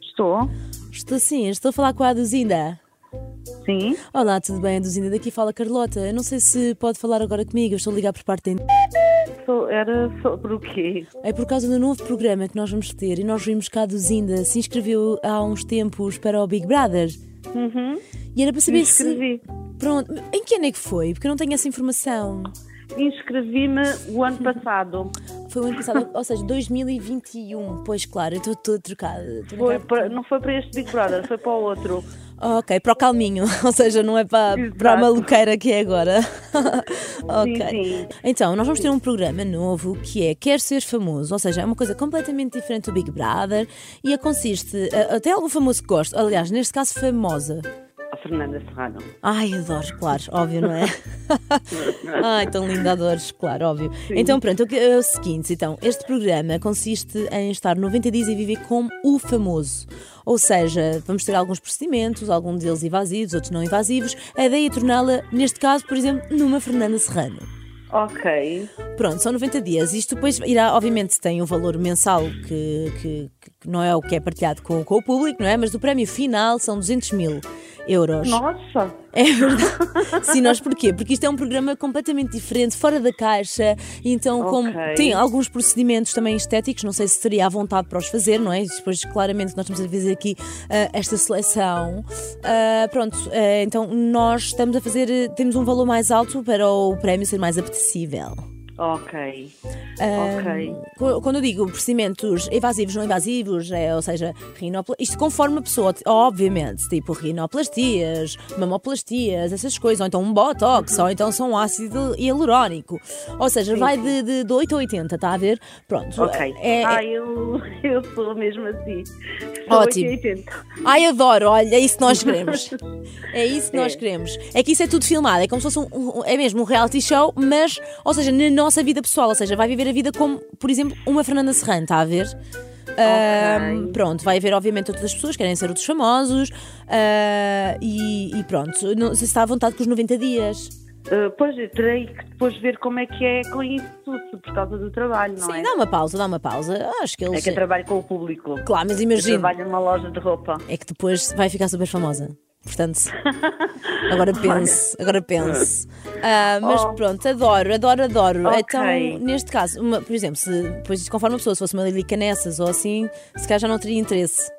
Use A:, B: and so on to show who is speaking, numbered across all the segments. A: Estou?
B: Estou sim, estou a falar com a Aduzinda.
A: Sim?
B: Olá, tudo bem, Aduzinda? Daqui fala a Carlota. Eu não sei se pode falar agora comigo, eu estou a ligar por parte da...
A: Sou- era sobre o quê?
B: É por causa do novo programa que nós vamos ter e nós vimos que a Aduzinda se inscreveu há uns tempos para o Big Brother.
A: Uhum.
B: E era para saber se...
A: Inscrevi.
B: Pronto, em que ano é que foi? Porque eu não tenho essa informação.
A: Inscrevi-me o ano passado.
B: Foi o ano passado, ou seja, 2021. Pois claro, eu estou toda trocada. estou
A: Foi
B: naquela-
A: para- não foi para este Big Brother, foi para o outro.
B: Ah, ok, para o calminho, ou seja, não é para,
A: Exato.
B: para a maluqueira que é agora. ok.
A: sim.
B: Então, nós vamos ter um programa novo que é Quer Ser Famoso, ou seja, é uma coisa completamente diferente do Big Brother e a consiste, a- até algum famoso que gosto, aliás, neste caso, famosa.
A: A Fernanda Serrano.
B: Ai, adoro, claro, óbvio, não é? Ai, tão linda, adoro, claro, óbvio. Então, pronto, o que- é o seguinte: então, este programa consiste em estar 90 dias e viver como o famoso. Ou seja, vamos ter alguns procedimentos, alguns deles invasivos, outros não invasivos, a ideia é torná-la, neste caso, por exemplo, numa Fernanda Serrano.
A: Ok.
B: Pronto, são 90 dias. Isto depois irá, obviamente, tem o valor mensal que, que, que não é o que é partilhado com, com o público, não é? Mas do prémio final são 200 mil euros.
A: Nossa!
B: É verdade. Sim, nós porquê? Porque isto é um programa completamente diferente, fora da caixa, e então como
A: Ok.
B: tem alguns procedimentos também estéticos, não sei se seria à vontade para os fazer, não é? Depois, claramente, que nós estamos a fazer aqui ah, esta seleção. Ah, pronto, ah, então nós estamos a fazer, eh, temos um valor mais alto para o prémio ser mais apetecível.
A: Ok. ok.
B: Qu- Quando eu digo procedimentos invasivos, não invasivos, é, ou seja, rinopla... isto conforme a pessoa, t- obviamente, tipo rinoplastias, mamoplastias, essas coisas, ou então um botox, ou então são um ácido hialurónico. Ou seja, vai de, de, de 8 a 80, está a ver? Pronto.
A: Ok.
B: É- é-
A: Ah, eu, eu sou mesmo assim.
B: Ótimo.
A: 80.
B: Ai, adoro, olha, é isso que nós queremos. É isso que nós
A: É.
B: queremos. É que isso é tudo filmado, é como se fosse um, um- é mesmo um reality show, mas, ou seja, na nossa vida pessoal, ou seja, vai viver a vida como, por exemplo, uma Fernanda Serrano, está a ver? Ahm, pronto, vai haver obviamente outras pessoas que querem ser outros famosos ah, e, e pronto, não sei se está à vontade com os 90 dias.
A: Ah, pois, eu terei que depois ver como é que é com isso, se por causa do trabalho, não
B: Sim,
A: é?
B: dá uma pausa, dá uma pausa. Acho que
A: É
B: eles.
A: que eu trabalho com o público.
B: Claro, mas
A: Eu
B: imagina.
A: trabalho numa loja de roupa.
B: É que depois vai ficar super famosa. Portanto, agora pense, agora pense. Ah, mas
A: Oh.
B: pronto, adoro, adoro, adoro.
A: Ok.
B: Então, neste caso, uma- por exemplo, se depois isto conforme a pessoa, se fosse uma Lili Canessas ou assim, se calhar já não teria interesse.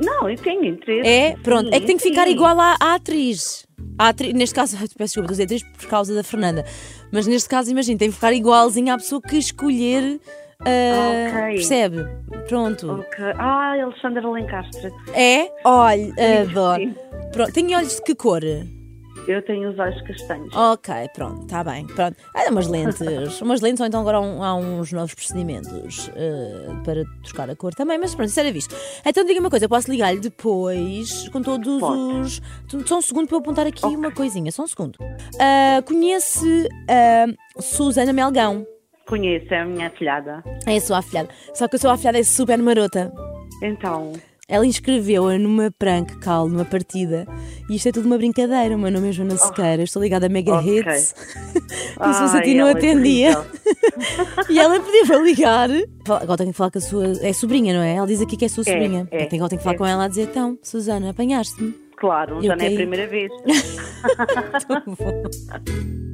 A: Não, eu tenho interesse.
B: É, pronto, é que tem que ficar
A: Sim.
B: igual à, à atriz. À atri- Neste caso, peço desculpa, dizer atriz por causa da Fernanda. Mas neste caso, imagina, tem que ficar igualzinho à pessoa que escolher. ah,
A: Ok.
B: Percebe? Pronro.
A: Ok. Ah, Alexandra Lencastre.
B: É? Olha, adoro.
A: sim.
B: Pronto, tem olhos de que cor?
A: Eu tenho os olhos castanhos.
B: Ok, pronto, está bem. Pronto. Há umas lentes. umas lentes, ou então agora há, um- há uns novos procedimentos eh, para trocar a cor também, mas pronto, isso era visto. Então diga uma coisa, eu posso ligar-lhe depois com todos
A: Pode.
B: os. tu- Só um segundo para eu apontar aqui uma coisinha, só um segundo. Ah, conhece ah, Susana Melgão.
A: Conheço, é a minha filhada.
B: É a sua afilhada. Só que a sua afilhada é super marota.
A: Então,
B: Ela inscreveu-a numa prank call, numa partida. E isto é tudo uma brincadeira. O meu nome é Joana Sequeira, eu estou ligada a Mega
A: Oh. Ok.
B: Hits. Como se fosse a
A: Ai,
B: ti não
A: ela é
B: atendia. e ela pediu-me a ligar. Fala- Agora tenho que falar com a sua. É sobrinha, não é? Ela diz aqui que é sua
A: É,
B: sobrinha.
A: é,
B: Então agora tenho que falar
A: é.
B: com ela a dizer: então, Susana, apanhaste-me.
A: claro,
B: Eu
A: já não é
B: caí.
A: a primeira vez.
B: Então vou.